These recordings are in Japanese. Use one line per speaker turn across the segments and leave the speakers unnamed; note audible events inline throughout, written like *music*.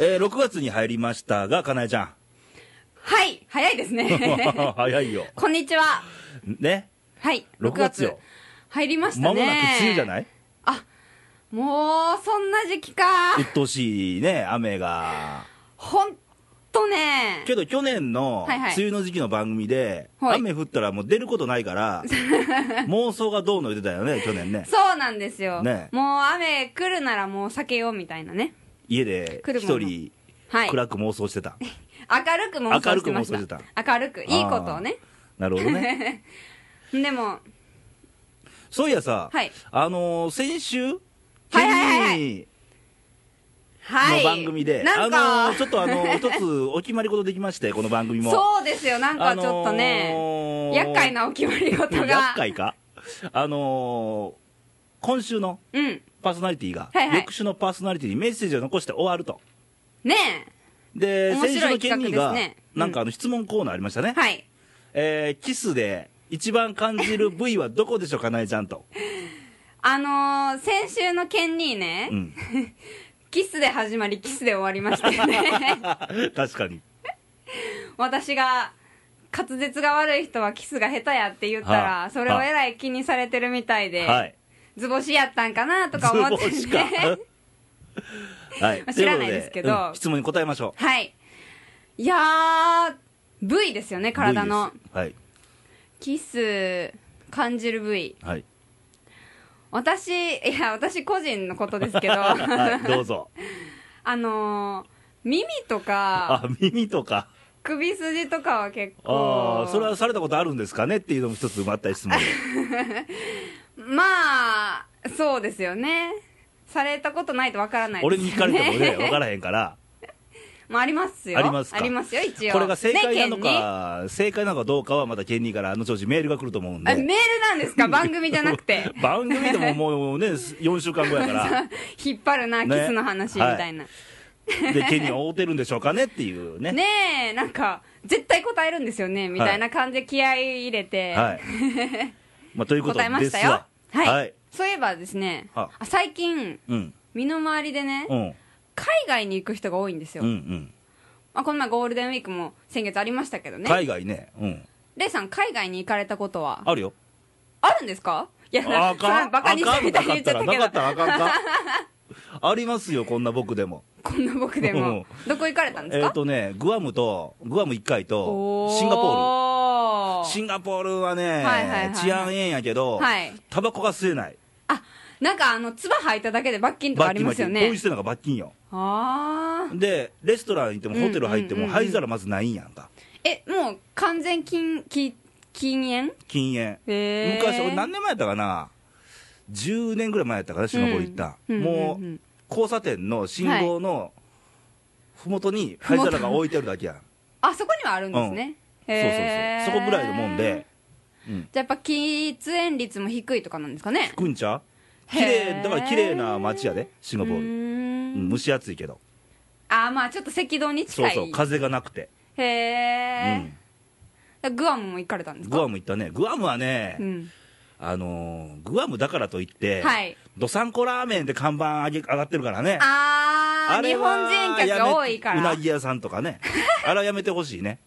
えー6月に入りましたが、かなえちゃ
*laughs*
ん。
はい、早いです
*laughs*
ね。
早いよ。
こんにちは。
ね。
はい、
6月よ。
入りましたね。
まもなく梅雨じゃないい
あ、もう、そんな時期か。
鬱陶しいね、雨が。
ほんとね。
けど去年の
はいはい
梅雨の時期の番組で、
はい
雨降ったらもう出ることない
*laughs*
から、妄想がどうの言ってたよね、去年ね。
そうなんですよ。
ね
もう雨来るならもう避けようみたいなね。
家で
来るも
一
の
人
はい。明る
暗く妄想してた。
く妄想してました。
明るく妄想して
明るく、いいことをね。
なるほどね。
*laughs* でも、
そういやさ、
はい
あのー先週、
はいは
ケ
いはい
ニー
は
の
い。
番組で、
なんか、
あのーちょっとあのー一つお決まり事できまして、この番組も。
そうですよ、なんかちょっと
あ
ね、
のー
厄介なお決まり事が。
厄介かあのー今週の
うん。
パーソナリティが、
はいはい
翌週のパーソナリティにメッセージを残して終わると。
ね
で、
面
先週
白
の
い
ケニ
企
ー
画
が、
ですねうん
なんかあの質問コーナーありましたね。
え。はい。
えーキスで一番感じる部位はどこでしょうかなえちゃん
*laughs*
と。
あのー、先週のケンニーね、
うん。 *laughs*
キスで始まり、キスで終わりました
*laughs*
よね。
確かに。
私が、滑舌が悪い人はキスが下手やって言ったら、
はい
それをえらい気にされてるみたいで、
はい。
図星やったんかなとか思って *laughs*
図星
ね。
かはい
まあ知らないですけど
ということうん質問に答えましょう
はい。いやー、部位ですよね、体
部
の。
位ですはい
キス、感じる部位。 *laughs*
はい、
私、いや、私個人のことですけど、
*laughs* はい、どうぞ
*laughs* あのー、耳と
あ
か、
耳とか
首筋とかは結
あ
構
あ、それはされたことあるんですかねっていうのも一つまった質問で
まあ、そうですよね。されたことないとわからない
俺
です
に
よ
聞かれても
*laughs*
ね分かららへんから
まあ、ありますよ。
ありますか
よ、一応。
これが正解なの
ねケンに
か、正解なのかどうかはまたケンニーから後々メールが来ると思うん
あメ
で。
ールなんですか番組じゃなくて
*laughs* 番組でももう
*laughs*
ね4週間後やから
引っ張るな、
ね
キスの話みたいな。
でケンニーは会うてるんでしょうかねっていうね
ねえ、なんか、絶対答えるんですよね、みたいな感じで気合い入れて、
はいまあ、ということ
答えま
で
し
す
たよ
わ。
はい、そういえばですね、
は
あ最近、
うん
身の回りでね、
うん
海外に行く人が多いんですよ。
うんうん
まあ、この前ゴールデンウィークも先月ありましたけどね。
海外ね、うん、
レイさん、海外に行かれたことは
あるよ。
あるんですかいや、
あ
な
あ
んかそれ
か
は
ん、
バカにしたみたいに言っちゃ
あか
っ
ん
たけど、
かったらあ
*laughs*
かんかった。ありますよ、こんな僕でも。
こんな僕でも。どこ行かれたん
えっ、
ですか、
とね、グアムと、グアム1回
お
と、シンガポール。シ
ール。
ンガポールはね、
はいはいはい
治安ええんやけど、
はい
タバコが吸えない。
あ、なんかあの、唾吐いただけで罰金とかあ
罰
り
金
ますよ
罰金
ね
ポイ。捨てなんか罰金よ。
ああ。
で、レストラン行ってもホテル入って
うんうんうんう
も
ん
灰皿まずないんやんか。
え、もう完全禁、禁、禁煙
禁煙。
へー
昔、俺何年前やったかな10年ぐらい前やったかな、シンガポール行った。
うんうんうん
も
うん
う、交差点の信号の、ふもとに灰皿が置いてあるだけやん。
あ、そこにはあるんですね。
そうそうそうそこぐらいのもんで。
じゃあやっぱ喫煙率も低いとかなんですかね
くんちゃう
へ
綺麗
ー
だから綺麗な街やでシンガポール
ー
うん
ん
蒸し暑いけど
あーまあちょっと赤道に
そ
近
う
い
そう風がなくて、
へえ、グアムも行かれたんで
うん
すか
グアム行ったねグアムはね、
うん、
あのーグアムだからといって、
はい
どさんこラーメンって看板上げ上がってるからね
あー
れ
日
は
本人客が多いか
やめ
ら
うなぎ屋さんと
*laughs*
かねあれはやめてほしいね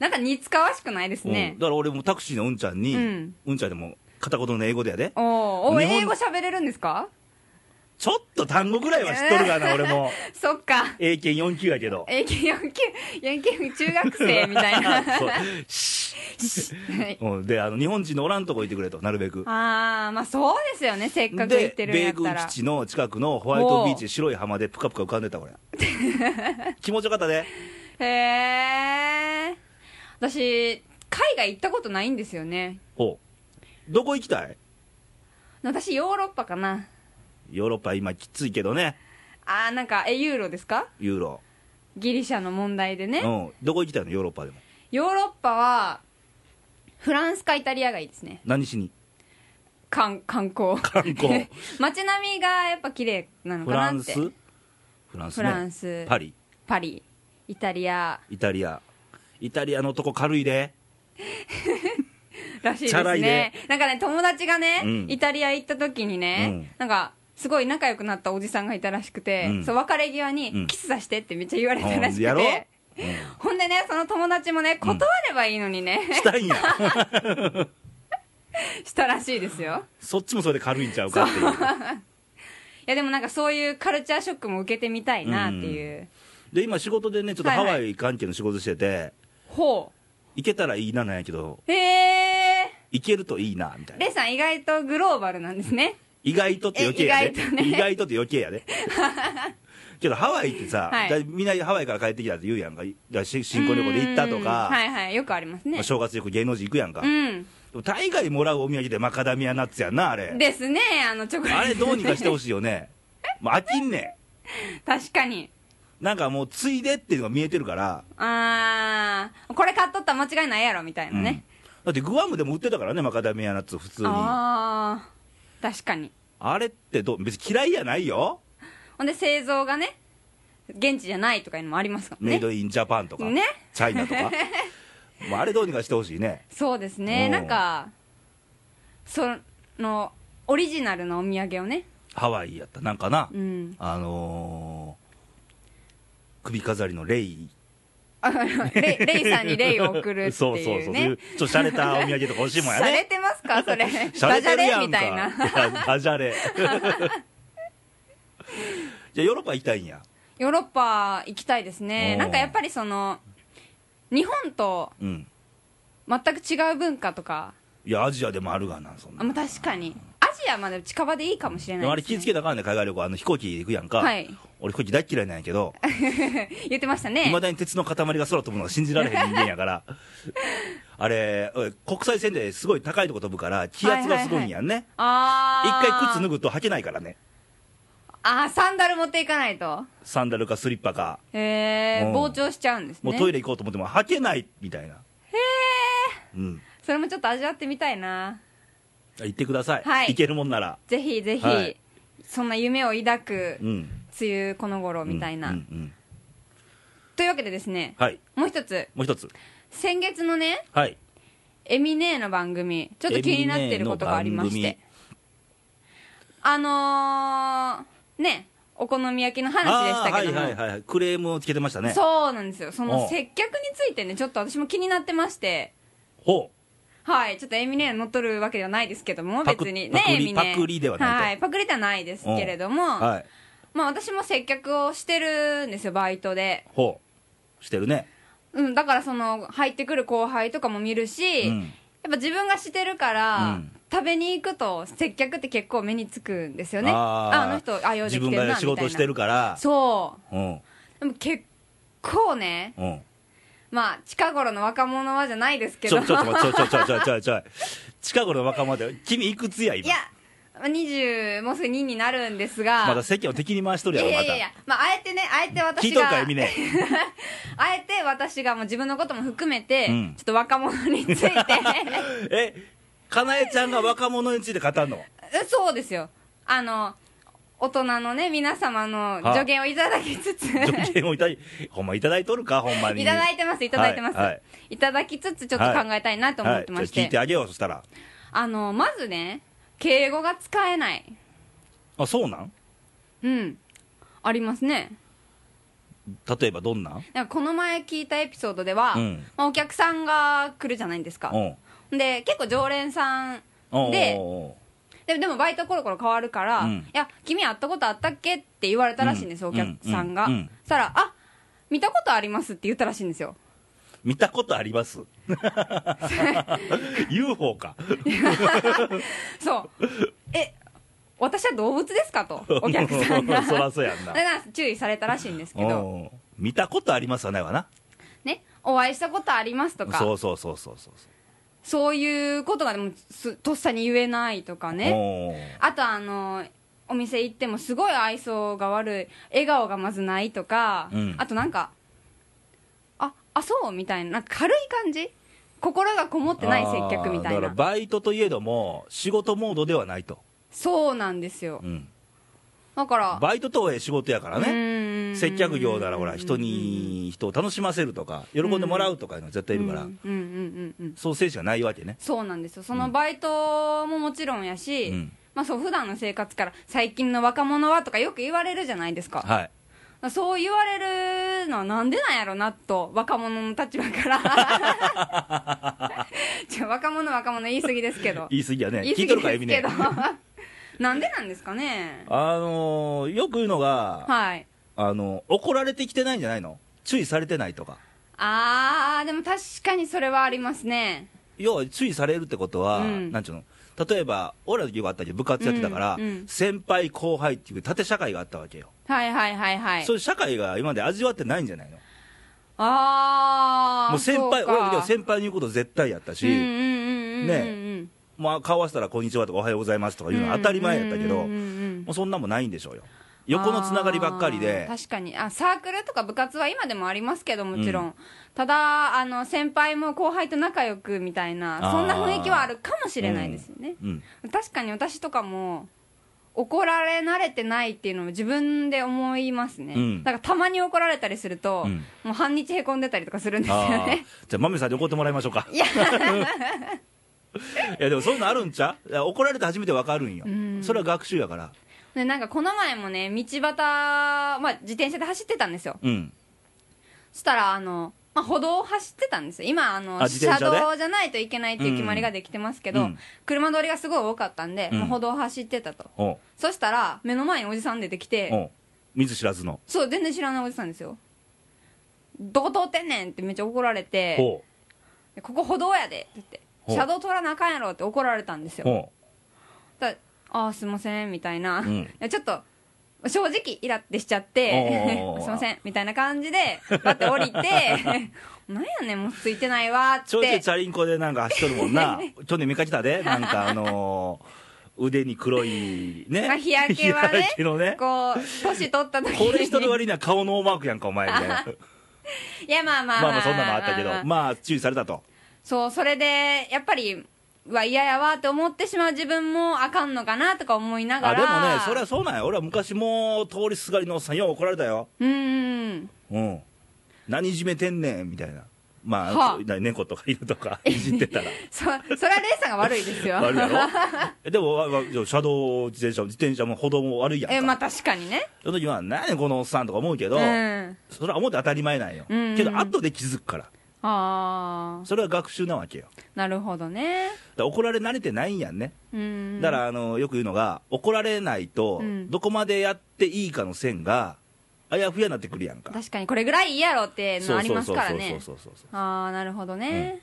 なんか似つかわしくないです
う
ね
ん、だから俺もタクシーのうんちゃんに、う
うんん、
ちゃんでも片言の英語でやで
おーお
日本
英語喋れるんですか
ちょっと単語ぐらいは知っとるがな俺も
*laughs* そっか
英検4級やけ
*laughs*
ど
英検4級4級中学生みた
*laughs*
いな *laughs*
そう
はい
うん、であの日本人のおらんとこ行ってくれとなるべく
ああまあそうですよねせっかく行っ
で
てるん
米
やった
軍
ら
基地の近くのホワイトビー
お
チ白い浜でぷかぷか浮かんでた
*laughs*
これ気持ちよかったで
へえ私海外行ったことないんですよね
おうどこ行きたい
私ヨーロッパかな
ヨーロッパ今きついけどね
あーなんかえユーロですか
ユーロ
ギリシャの問題でね、
うんどこ行きたいのヨーロッパでも
ヨーロッパはフランスかイタリアがいいですね
何しに
観観光
観光
*laughs* 街並みがやっぱ綺麗なの
フ
か
ラ
な
ン
って
スフランス
フ
ね
ランス
パリ
パリイタリア
イタリアイタリアのとこ軽いで
らしい
チ
で
ャラ
す
い
ね
ね
なんかね友達がね、
うん
イタリア行った時にね、なんかすごい仲良くなったおじさんがいたらしくて、
うん
そう別れ際
う
に
ん
キスさしてってめっちゃ言われたらしく
うん
て、
やろ、
ほんでねその友達もね断ればいいのにね *laughs*
うん、、したいんや *laughs*
したらしいですよ
そっちもそれで軽いんちゃうかって
*laughs*
いう
いやでもなんかそういうカルチャーショックも受けてみたいなっていう、
で今仕事でねちょっと
はいは
ハ
い
ワイ関係の仕事してて、
ほ
行けたらいいななんやけど
うへえ
行けるといいなみたいな
レイさん意外とグローバルなんですね
意外とって余計や
え
で
意外とね
意外とって余計や
*laughs*
でけどハワイってさ、
はい
だいみんなハワイから帰ってきたって言うやんかいだし新婚旅行で行ったとか、
うんはいはいよくあります
ま
ね
あ、正月よく芸能人行くやんか、
う
で
ん
も大概もらうお土産でマカダミアナッツやんなあれ
ですねあのチョコレート
あれどうにかしてほしいよねもう飽きんね
*laughs* 確かに
んなんかもうついでっていうのが見えてるから、
あーこれ買っとったら間違いないやろみたいな
うん
ね、
だってグアムでも売ってたからねマカダミアナッツ普通にあ
ああ確かに
れってどう別に嫌いやないよ、
ほんで製造がね現地じゃないとかいうのもありますから
メイ
ね
ドインジャパンとか、
ね
チャイナとか
*laughs*
もうあれどうにかしてほしいね
そうです
お
ね
う
なんかそのオリジナルのお土産をね
ハワイやったなんかな、
うん
あのー首飾りのレイ
あのレイレイさんにレイを送るっていうね
そうそうそうそういうちょっと洒落たお土産とか欲しいもんや
され
ね
てますかそれ
洒落
ダジャ
てるや
レ
ん
み
か
たいな
いやダジャレ *laughs* じゃあヨーロッパ行きたいんや
ヨーロッパ行きたいですね
おう
なんかやっぱりその日本と
うん
全く違う文化とか
いやアジアでもあるがなそん
あ
な
まあ確かにアジアまで近場でいいかもしれ
で
な
もあ
い
れ
です、
気
ね、
ぃつけたらあかんね海外旅行あの飛行機行くやんか、
はい
俺飛行機大っ嫌いなんやけど
*laughs* 言ってました
い
ね
まだに鉄の塊が空飛ぶのが信じられへん人間やからあれおい国際線ですごい高いとこ飛ぶから気圧がすごいんやんね、
ああ
一回靴脱ぐと履けないからね
ああサンダル持っていかないと
サンダルかスリッパか
へえ
うん
膨張しちゃうんですね
もうトイレ行こうと思っても履けないみたいなへえうん
それもちょっと味わってみたいな
行ってください、
はい
行けるもんなら
ぜひぜひ、
はい
そんな夢を抱く
うん
梅雨この頃みたいな、
うんうんうん
というわけでですね
はい
もう一つ
もう一つ
先月のね
はい
エミネーの番組ちょっと気になってることがありまし
エミネ
てあのー、ねお好み焼きの話でしたけども、
あーはいはいはいクレームをつけてましたね
そうなんですよそ
お
の
う
接客についてねちょっと私も気になってまして
ほ
はいちょっとエミネー乗っ取るわけではないですけども
パク
別に
パク
ねエ
リ
ミネ
パクリではないと
はいパクリではないですけれども、
うはい
まあ私も接客をしてるんですよバイトで
ほうしてるね
うんだからその入ってくる後輩とかも見るし、
うん
やっぱ自分がしてるから、
うん
食べに行くと接客って結構目につくんですよねあ
ー
あの人あ用事
自分
来てるな
が
み
仕
たい
事
な
してるから
そ
うん
うでも結構ね
うん
まあ近頃の若者はじゃないですけ
ち
ど
ょちょちょちょちょちょちょちょちょ近頃の若者で君いくつや
*laughs* い
今
や20もうすぐ2になるんですが
まだ席を敵に回しと
い
る
や
やろま
い
た
やいやいや、まあ、あえてねあえて
聞
私
いとる
が
かエミネ
*laughs* あえて私がもう自分のことも含めて、
うん
ちょっと若者について
えかなえちゃんが若者について語
*laughs*
るの
えそうですよあの大人のね皆様の
あ
助言をいただきつつ
助言をいただいほんまいただいとるかほんまに
いただいてますいただいてます、
はい
い
はい
ただきつつちょっと考えたいなと思ってまして、
はいじゃあ聞いてあげようそしたら
あのまずね敬語が使えない
あそうなん
うんありますね
例えばどんなん
なんかこの前聞いたエピソードでは、
うん
まあ、お客さんが来るじゃないですか
う、ん
で結構常連さん
おうおうおう
でででもバイトコロコロ変わるから「
うん
いや君会ったことあったっけ?」って言われたらしいんですよ、
うん
お客さんが、
うんうん
そしたら「あ見たことあります」って言ったらしいんですよ
見たことあり
*laughs*
ます UFO か
そう「え私は動物ですか?」
*laughs*
とお客さんが
そらそうやんな
だから注意されたらしいんですけど
おう見たことありますはないわな
ねお会いしたことありますとか
そ
そう
うそうそうそうそう
いうことがでもすとっさに言えないとかね
ね
あとあのお店行ってもすごい愛想が悪い笑顔がまずないとか、
うん
あとなんかああそうみたいななんか軽い感じ心がこもってない接客みたい
だから
な
バイトといえども仕事モードではないと、
そうなんですよ
うん
だから
バイトとはいえ仕事やからね
ね
接客業ならほら人に人を楽しませるとか喜んでもらうとかいうのは絶対いるから、
うんうんうんうんうん
そう精神がないわけね
そうなんですよそのバイトももちろんやし、
うん
まあそう普段の生活から最近の若者はとかよく言われるじゃないですか
はい
そう言われるのはなんでなんやろなと若者の立場から
*laughs*
ちょ若者若者言い過ぎですけど
言い過ぎやね
言い
聞い
過
とるかエビ
ぎ *laughs* ですけ
ね
どなんでなんですかね
あのーよく言うのが、
はい
あの怒られてきてないんじゃないの注意されてないとか
あーでも確かにそれはありますね
要は注意されるってことは、
うん
なんちゅうの例えば俺らの時があったけど部活やってたから、
うんうん
先輩後輩っていう縦社会があったわけよ、
はいはいはいはい
そういう社会が今まで味わってないんじゃないの
ああ
もう先輩俺らの時は先輩に言うこと絶対やったし、
ね
まあ、顔合わせたら「こんにちは」とか「おはようございます」とかいうのは当たり前やったけど、
ど
もうそんなもんないんでしょうよ横のつながりばっかりで
確かにあサークルとか部活は今でもありますけどもちろん、ただあの先輩も後輩と仲良くみたいな
あー
そんな雰囲気はあるかもしれないですよね、
うん
確かに私とかも怒られ慣れてないっていうのも自分で思いますね、
うん
だからたまに怒られたりすると、
うん
もう半日へこんでたりとかするんですよ
あ
ね
ーじゃあ、まめさんに怒ってもらいましょうか。 *laughs* いや、でもそういうのあるんちゃういや怒られて初めてわかるんよ、
ん
それは学習やから、
*laughs* でなんかこの前もね道端、まあ、自転車で走ってたんですよ
うん、
そしたらあの、まあ、歩道を走ってたんですよ今あの
あ自
車
転車で
道じゃないといけないっていう決まりができてますけど、
うんうん
車通りがすごい多かったんで、
うん
まあ歩道を走ってたと
おう
そしたら目の前におじさん出てきて、
おう見ず知らずの、
そう全然知らないおじさんですよどこ通ってんねんってめっちゃ怒られて
ほ
ここ歩道やでって言って
ほう
車道通らなあかんやろって怒られたんです
う
よ
ほ
だああすいませんみたいな、
ん
いやちょっと正直イラってしちゃっ
お
て
ー
*laughs* すいませんみたいな感じでバッて
*laughs*
降りてなんやねんもうついてないわー
う、ちょいちょいチ
って
ャリンコでなんか走っとるもん
*laughs*
な、去年見かけたで、なんかあのー腕に黒いね、
まあ日焼けはね
*laughs* 日焼けのね
こう年取った時に
これ人の割には顔のマークやんか、お前みたいな、
いやまあまあ
まあまあ、そんなのあったけ
まあ
ど、
まあ
まあ、注意されたと、
そうそれでやっぱりうわ嫌やわって思ってしまう自分もあかんのかなとか思いなが
あで
ら
もね、それはそうなんや、俺は昔もう通りすがりのおっさん、よう怒られたよ。
うーん
うん、何いじめてんねんみたいな、まあ、
はあ
な猫とか犬とかいじってたら、
そそれはレイさんが悪いですよ
悪いやろ、でも、わわ車道、自転車、自転車も歩道も悪いやんか、
*laughs* えまあ確かにね
その時は、何やねんこのおっさんとか思うけど、
うん
それは思って当たり前なんよ、
うんうん
けど、後で気づくから、
ああ
それは学習なわけよ、だか
なるほどね
ら怒られ慣れてないんやんね、
うん
だからあのよく言うのが、怒られないと
う、ん
どこまでやっていいかの線が、あやふやになってくるやんか。
確かにこれぐらいいいやろってのありますから
そう
ね
そうそうそうそう
ああなるほどね、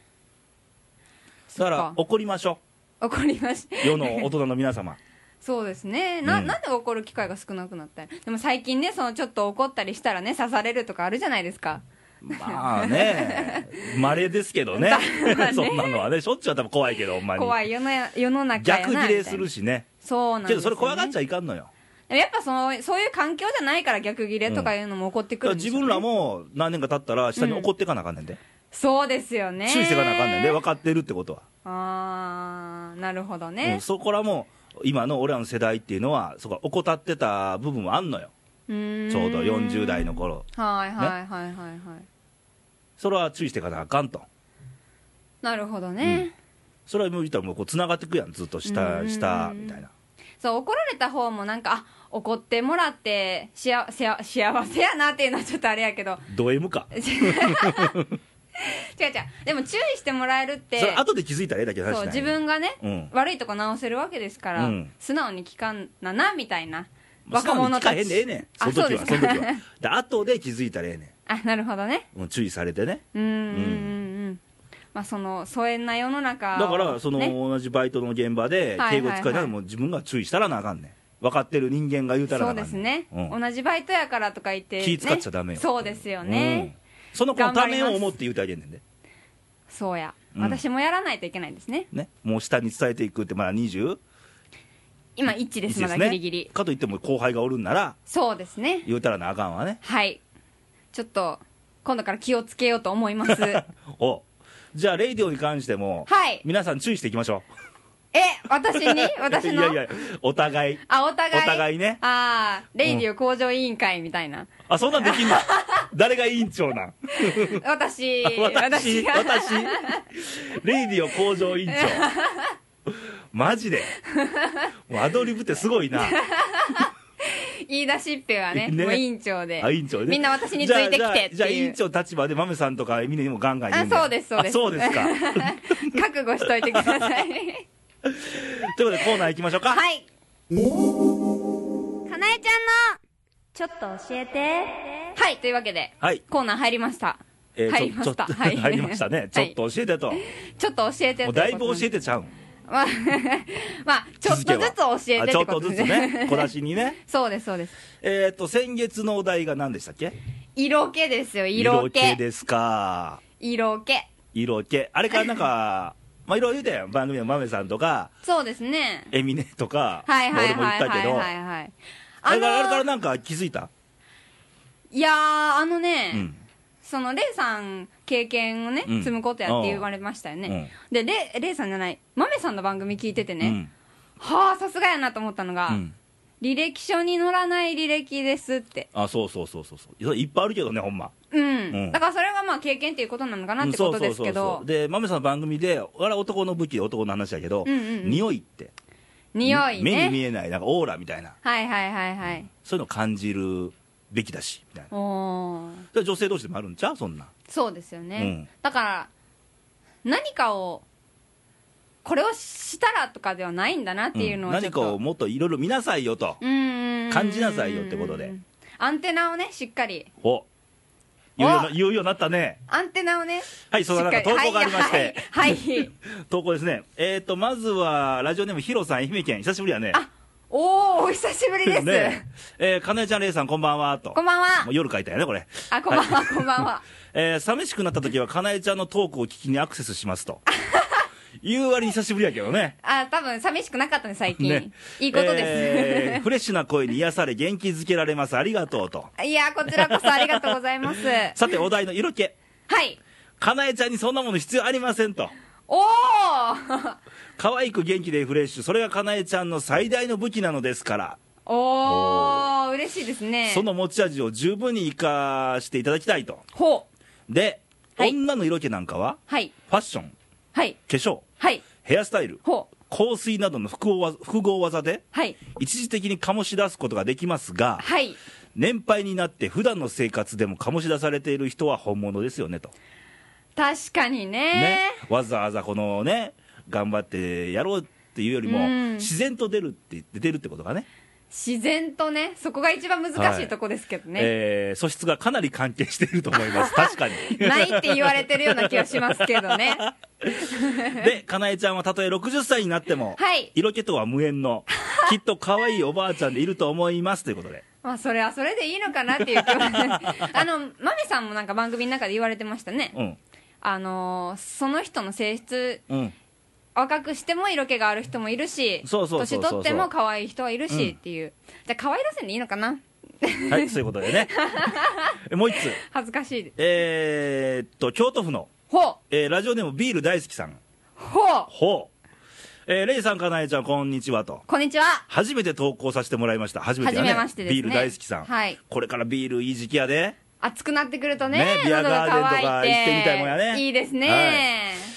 そうだから怒りましょ
怒りまし
う世
*laughs*
の大人の皆様
そうですねな,、、
うんん
なんで怒る機会が少なくなったんやでも最近ねそのちょっと怒ったりしたらね刺されるとかあるじゃないですか
まあね、まれですけどね、 *laughs* そんなのはね、しょっちゅうは多分怖いけど、ほんまに、
怖い世の世の中やな
逆ギレ
みた
す
いな
るしね、
そうなんです
け
よ
ど
ね
それ怖がっちゃいかんのよ、
やっぱそのそういう環境じゃないから逆ギレとかいうのも起こって
だか
く
ら
るんでし
自
ょうね
分らも何年か経ったら、下に怒ってかなあかんねんで、
そうですよね
注意してかなあかんねんで、分かってるってことは、
ああなるほど
う
ね
んそこらもう、今の俺らの世代っていうのは、そこは怠ってた部分もあんのよ、
うーん
ちょうど40代の頃
はいはいはいはいはい、
それは注意してかなあかんと、
なるほどね、
それはもう言ったら、もうこう繋がってくやん、ずっと下、下みたいな。
そう怒られた方もなんかあ怒ってもらってしあせや幸せやなっていうのはちょっとあれやけど
ド M か、
違う違うでも注意してもらえるって
それ後で気づいたらええだけの話
そ
な
う
んや
自分がね、
うん
悪いとこ直せるわけですから、
うん
素直に聞かんななみたいな
若
若
者
者
た
た
ち。へんでええ
ち
ねん。そ
あ
の
そう
時
で
は、
す
そ
か
の時は。で、後で気づいたらええね
*laughs* あなるほどね
ん。もう注意されてね。
うんうんうんうんまあその疎遠な世の中を
だから、その、
ね
同じバイトの現場で、
はいはい
敬語
はい
使いながらもう自分が注意したらなあかんねん。分かってる人間が言うたら
そ
な
う
あか
で
ん
すね、
うん
同じバイトやからとか言って、ね、
気使っちゃダメよ。
そうですよね、
うん。その子のためを
頑張ります
思って言うてあげんねんで。
そうや、
うん
私もやらないといけないですね
ね。もう下に伝えていくって、まだ20
今一致です
いい
ま
で
だ
す
ギリギリ、
かといっても後輩がおるんなら、
そうですね
言うたらなあかんわね。
はいちょっと今度から気をつけようと思います
*laughs*
は
おじゃあ、レイディオに関しても、
い
皆さん注意していきましょ
え私
*laughs*
に
う。
私
い
の
やいや、お互い。
あお互い
お互いね
ああレイディオ向上委員会みたいな、
あ、そんなんで
*laughs*
きんの誰が委員長なん *laughs*
私
あ私、
が
私、レイディオ工場委員長。マジでもうアドリブってすごいな
言い出しっぺはね
ね
もう委員長で
あ委員長ね
みんな私についてきてっていう
じゃあじゃあじゃあ委員長立場で豆さんとかみんなにもガンガン言うんだ
あそうですそうです
あそうです
*laughs*
か
覚悟しといてください
ということでコーナー行きましょうか
はいかなえち
ちょっと教えて
ゃんのはいというわけで
はい
コーナー入りました、
えーちょ
入りました
ちょっと
は
*laughs*
い
入りましたねちょっと教えてと、
ちょっと教えて
もうだいぶ教え
て
てちゃうん
まあ *laughs* まあちょっとずつ教えて
あ
っ
ちょっ
てことと
ずつ
です
ね小出しにね
*laughs* そうですそうです
えーっと先月のお題が何でしたっけ
色気ですよ色気色気
ですか色気あれからなんかまあいろいろ言うたやん番組の豆さんとか
そうですね
エミネとか、
はいはい
俺も言っ
はいはい
たけど、
はいはい
あ
あ
れ
の
からあれから
ー
なんか気づいた、
いやーあのね、
うん
そのレイさん経験をね、
うん
積むことやって言われましたよね、でレイレイさんじゃない豆さんの番組聞いてて
う
ね、
ん
はあさすがやなと思ったのが、
うん
履歴書に載らない履歴ですって
あそうそうそうそうそういっぱいあるけどねほんま
うん、
うん
だからそれがまあ経験っていうことなのかなってことですけ
う
ど
んで豆さんの番組であれは男の武器で男の話だけど、
うんうんうん
匂いって
匂い
目目に見
ね
えないなんかオーラみたいな
はいはいはいはい、
そういうの感じるべきだしみたいな
おー
それ女性同士でもあるんちゃうそんな
そうですよね、
うん
だから何かをこれをしたらとかではないんだなっていうの
う
を
ん
ち
何
ょっ
か
と、
をもっといろいろ見なさいよと、感
感
じなさいよってことで
アンテナをねしっかり
お言うような言うようになったね
アンテナをね
はいそんな中投稿がありまして、
はい、はい
*laughs*
はい
投稿ですねえっ、とまずはラジオネームヒロさん愛媛県久しぶりやね
あおーお久しぶりです、
ねえー、かなえちゃんれいさんこんばんはと
こんばん
も
は
う夜書いたよねこれ
あこんばんは、こんばんは
えー寂しくなった時はかなえちゃんのトークを聞きにアクセスします
*laughs*
という割に久しぶりやけどね
あ多分寂しくなかったね最近
ね
いいことです、
えーフレッシュな声に癒され元気づけられますありがとうと
*laughs* いやこちらこそありがとうござい
*laughs*
ますは
さてお題の色気
い
かなえちゃんにそんなもの必要ありませんと
おお
可愛く元気でフレッシュそれがかなえちゃんの最大の武器なのですから
おお嬉しいですね
その持ち味を十分に生かしていただきたいと
ほう
で、
はい
女の色気なんかは
はい
ファッション
はい
化粧
はい
ヘアスタイル
ほう
香水などの複合技複合技で
はい
一時的に醸し出すことができますが
はい
年配になって普段の生活でも醸し出されている人は本物ですよねと、
確かに
ね
ね
わざわざこのね頑張ってやろうっていうよりも、
うん
自然と出るって出るってことがね
自然とねそこが一番難しいとこですけどね、
えー素質がかなり関係していると思い
*laughs*
ます確かに
ないって言われてるような気がしますけ
*laughs*
どね。
でかなえちゃんはたとえ60歳になっても、
はい
色気とは無縁
*laughs*
のきっと可愛いおばあちゃんでいると思いますということで
まあ、それはそれでいいのかなっていう気は。 *laughs* あの、まめさんもなんか番組の中で言われてましたね。
うん
あのーその人の性質、
うん
若くしても色気がある人もいるし、
そうそうそうそう
年取っても可愛い人はいる
うん
しっていう。じゃあ、可愛らせんでいいのかな *laughs*
はいそういうことでねもう一つ
恥ずかしい。
えーっと京都府の、
ほう
えーラジオネームビール大好きさん
ほう
ほう、えーレイさんかなえちゃんこんにちはと
こんにちは
初めて投稿させてもらいました初めて,、ね、
初めましてです
ビ
ね
ール大好きさん、
はい
これからビールいい時期やで
暑くなってくるとね、
ねビアガーデンとか
喉が渇
行ってみたいもんやね
いいですね。
えー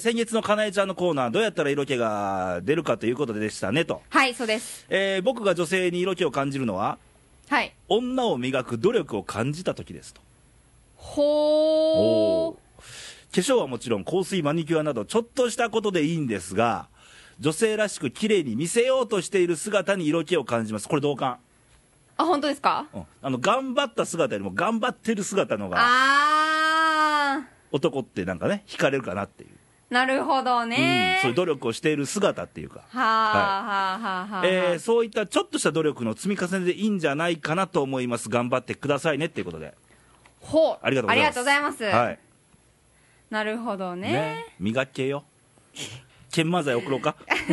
先月のかなえちゃんのコーナーどうやったら色気が出るかということでしたねと、
はい、そうです。
えー僕が女性に色気を感じるのは
はい。
女を磨く努力を感じた時ですと
ほ
おー化粧はもちろん香水マニキュアなどちょっとしたことでいいんですが女性らしく綺麗に見せようとしている姿に色気を感じますこれ同感、
あ、本当ですか
うんあの頑張った姿よりも頑張ってる姿の方が
あ
男ってなんかね惹かれるかなっていう、
ー、なるほど
う
ね
ん。そういう努力をしている姿っていうか
はあ、はあ、はあ、はあ。
えーそういったちょっとした努力の積み重ねでいいんじゃないかなと思います頑張ってくださいねっていうことで
ほう。
ありがとうございますはい
なるほど
ね
ね。
磨けよ研磨剤送ろう *laughs* か
*laughs*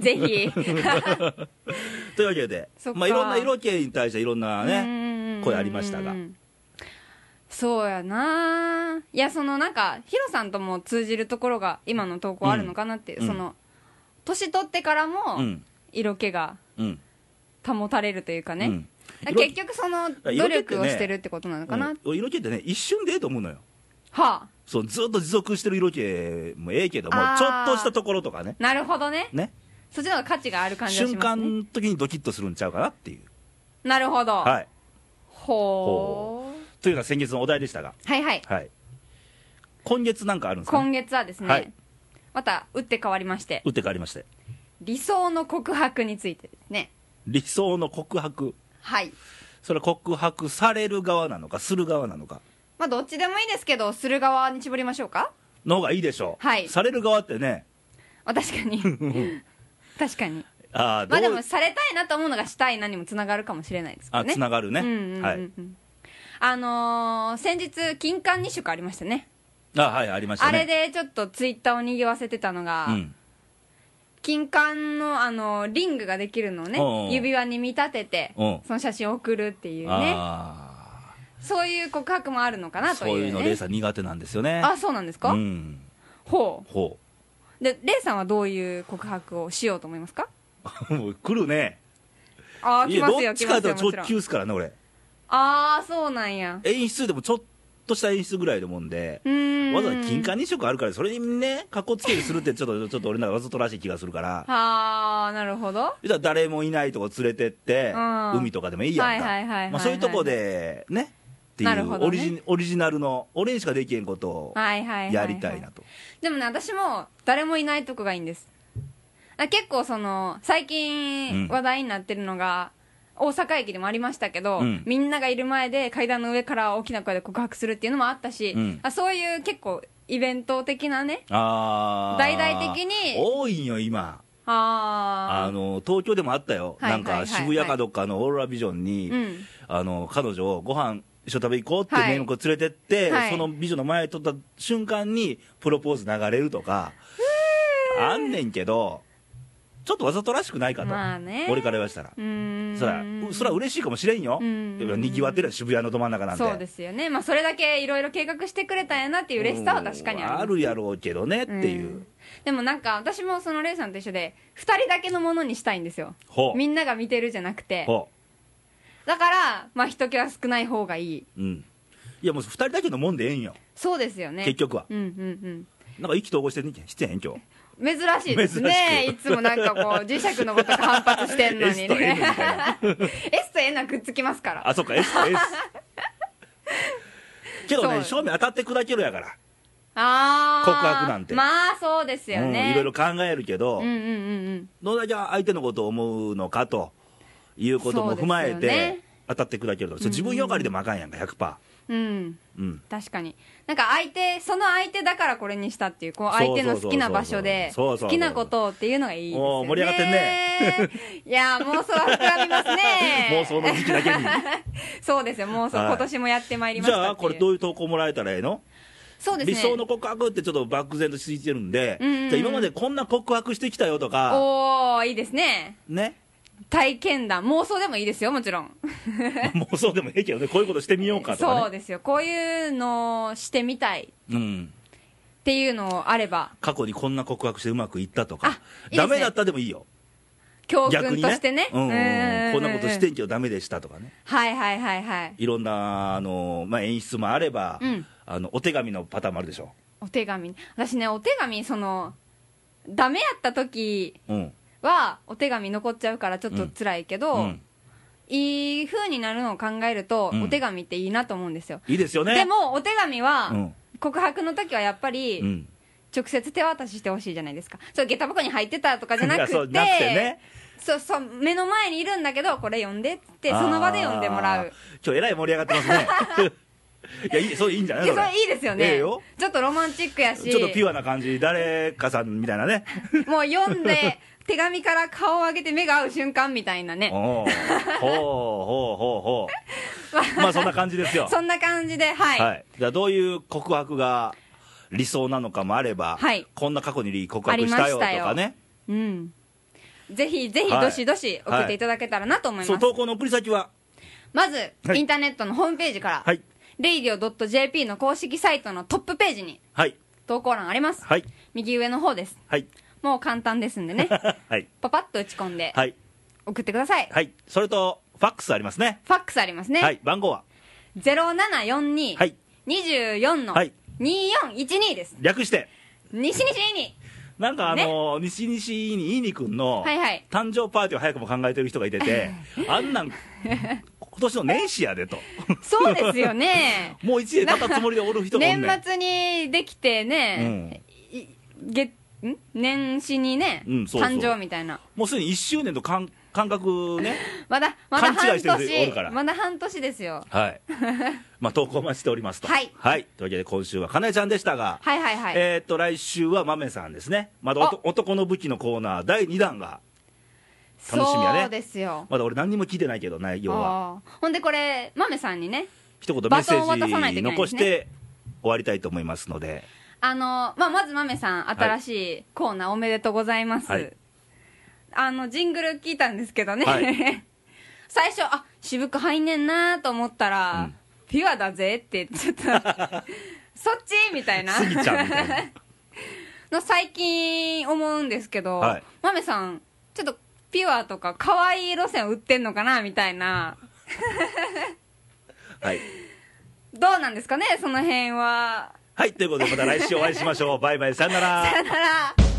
ぜ
*laughs*
ひ。
というわけで
そっか
まあ、いろんな色気に対していろんなね
ね
声ありましたが。
そうやないや、そのなんか、ヒロさんとも通じるところが今の投稿あるのかなって、
うん
その、年取ってから
う
も
ん
色気が
うん
保たれるというかね。
うん
だから結局その努力をしてるってことなのかな、
うん色気ってね一瞬でええと思うのよ
はあ
そうずっと持続してる色気もええけども
あー
ちょっとしたところとかね
なるほどね
ね
そっちの方が価値がある感じがし
瞬
ます、ね、
間の時にドキッとするんちゃうかなっていう
なるほど、
はい
ほう
というのが先月のお題でしたが
はいはい
はい今月なんかあるんですか、
今
ね、
月はですね、
はい
また打って変わりまして
打って変わりまして
理想の告白についてですね
理想の告白
はい
それは告白される側なのかする側なのか
まあどっちでもいいですけどする側に絞りましょうか
の方がいいでしょう、
はい
される側ってね
あ確か
*laughs*
に確かに
あーど
*laughs* まあ
う
でもされたいなと思うのがしたいなにもつながるかもしれないですけど
あ
ね
つながるね、
うんうんうんうん
はい
あのー先日金環二色ありましたね
あはいありました
あ
ね
れでちょっとツイッターを賑わせてたのが、
うん、
金環のあのリングができるのをね
おうおう
指輪に見立てて
おう
その写真を送るっていうね
あ
そういう告白もあるのかな
あ
と
そう
いう、ね、
いうのレイさん苦手なんですよね
あそうなんですか、
うん
ほ
ほ
うでレイさんはどういう告白をしようと思いますか
う *laughs* もう来るね
ああ
い
来
や
ます
ど
よ
っち
来
か
ます
とい
よ
うと
もちろ
直
ん
球ですからね俺
ああそうなんや
演出でもちょっとした演出ぐらいだもんで
うーん
わざわざ金環2色あるからそれにねかっこつけるするってちょっと *laughs* ちょっと俺なんかわざとらしい気がするから
はあなるほど
じゃあ誰もいないとこ連れてって、
うん
海とかでもいいやんか、
はいはいはいはいはい
まあ、そういうとこでねってい
なるほ
う
どね
オリジ,、オリジナルの俺にしかできへんことを
はいはいはい、はい、
やりたいなと、
でもね私も誰もいないとこがいいんですあ結構その最
うん
近話題になってるのが、大阪駅でもありましたけど、
うん
みんながいる前で階段の上から大きな声で告白するっていうのもあったし、
うん
あそういう結構イベント的なね
ああ
大々的に
多いんよ今あ
あー
の東京でもあったよ、
はいはいはい
なんか渋谷かどっかのオーロラビジョンに、
うん
あの彼女をご飯一緒食べ行こうって
はい
名目を連れてって、
はい
その美女の前撮った瞬間にプロポーズ流れるとか、あんねんけどちょっとわざとらしくないかと、
まあね
俺から言わしたら
うーん
そらうそら嬉しいかもしれんよ
うん
にぎわってるよ渋谷のど真ん中なんで
そうですよねまあそれだけいろいろ計画してくれたんやなっていう嬉しさは確かにあります
うんあるやろうけどねっていう、
うんでもなんか私もそのレイさんと一緒で2人だけのものにしたいんですよ
ほう
みんなが見てるじゃなくて
ほ
だからまあ人気は少ない方がいいう
うんいやもう二人だけのもんでええんよ、
そうですよね
結局は
うんうん
なんか意気投合してんねんけんしてへん今日
うん珍しいですね
珍
いつもなんかこう磁石のごとく反発してんのに
*laughs* S と N みたいな
ね S と N はくっつきますから
あそっか
*laughs*
S と S けどね
そ
正面当たって砕けるやから
ああ
告白なんて
まあそうですよ
うん
ね
いろいろ考えるけど、
うんうんうんうん
どれだけ相手のことを思うのかということも踏まえ
そう
て、
ですよね
当たって砕けるとそれ自分よがりでもあかんやんか100%
うん
うん
確かになんか相手その相手だからこれにしたっていうこう相手の好きな場所
そ
で
うそうそうそう
好きなことをっていうのがいいですよね
おー盛り上がってんね
*laughs* いやー妄想は膨らみますね
*laughs* 妄想の時期だけ
*laughs*
に
そうですよ妄想、
はい
今年もやってまいりまし
じ
たっていう
ゃあこれどういう投稿もらえたらええの、
そうですね
理想の告白ってちょっと漠然とついてるんで、
うんうんうん
じゃあ今までこんな告白してきたよとか
おーいいですね
ね
体験談妄想でもいいですよもちろん、
妄想でもええけどねこういうことしてみようかとか、ね、
そうですよこういうのをしてみたい
うん、
っていうのあれば
過去にこんな告白してうまくいったと
あ
か
いいですね
ダメだったでもいいよ
教
逆
訓
に
と
ね
してね
うんうんうんこんなことして
うん
んけどダメでしたとかね
はいはいはいはい
いろんなあの、まあ、演出もあれば、
うん
あのお手紙のパターンもあるでしょ、
お手紙私ねお手紙そのダメやった時
うん
はお手紙残っちゃうからちょっと辛いけど、
うん、
いい風になるのを考えると、
うん
お手紙っていいなと思うんですよ、
いいですよね
でもお手紙
う
は
ん
告白の時はやっぱ
う
り
ん、
直接手渡ししてほしいじゃないですかそう下駄箱に入ってたとかじゃなくて
*laughs* そうなくてね
そうそう目の前にいるんだけどこれ読んでっつってその場で読んでもら
あー
う
今日えらい盛り上がってます
*laughs*
ねいやいいそういいんじゃない
いや
そ
そ
れ
れいいですよね
ええよ
ちょっとロマンチックやし
ちょっとピュアな感じ誰かさんみたいな
*laughs*
ね
もう読んで手紙から顔を上げて目が合う瞬間みたいなね
おうほうほうほうほう *laughs* まあそんな感じですよ
そんな感じではい、
はい、じゃあどういう告白が理想なのかもあれば、
はい
こんな過去に告白したよとかね
うんぜひぜひ
はい
どしどし送っていただけたらなと思います、
そう投稿の送り先は
まず、
はい
インターネットのホームページから、
はい
radio.jp の公式サイトのトップページに
はい
投稿欄あります、
はい
右上の方です
はい *laughs*
もう簡単ですんでね
はい
パパッと打ち込んで
はい
送ってください、
はいそれとファックスありますね
ファックスありますね、
はい番号は
0742
はい
24の
はい
2412です
略して
西西に
なんかあの、西西にいいにくんの
はいはい
誕生パーティーを早くも考えてる人がいて
*laughs*
て、あんなん今年の年始やでと
そうですよね
もう1年経ったつもりでお *laughs* る人もおんねん
*laughs* 年末にできてね、い月ん年始にね、
うんそうそう
誕生みたいな
もうすでに1周年と感感覚ね
まだまだ
勘違
半
いしてる人おるから
年まだ半年ですよ
はい *laughs* まあ投稿待ちしておりますと
は
と
い
いうわけで今週はかなえちゃんでしたが、
はいはいはい、
えーっと来週はまめさんですねまだおと男の武器のコーナー第2弾が楽しみやね
そうですよ
まだ俺何にも聞いてないけど内容は
あーほんでこれ豆さんにね
一言メッ
バ
セ
トンを渡
ー
さないと
ジ
いけない
残
です
し
ね
て終わりたいと思いますので
あの、まあ、まず豆さん新しいコーナーおめでとうございます、
はい
あのジングル聞いたんですけどね、
は
*laughs* 最初あ渋く入んねんなと思ったら、
うん
ピュアだぜってちょっと
*laughs*
そっちみたいな
スギちゃんみたいな
*laughs* の最近思うんですけど、
はい
豆さんちょっとピュアとか可愛い路線売ってんのかなみたいな
はい、
どうなんですかねその辺は *laughs*
はい、ということでまた来週お会いしましょうバイバイさよなら
さよなら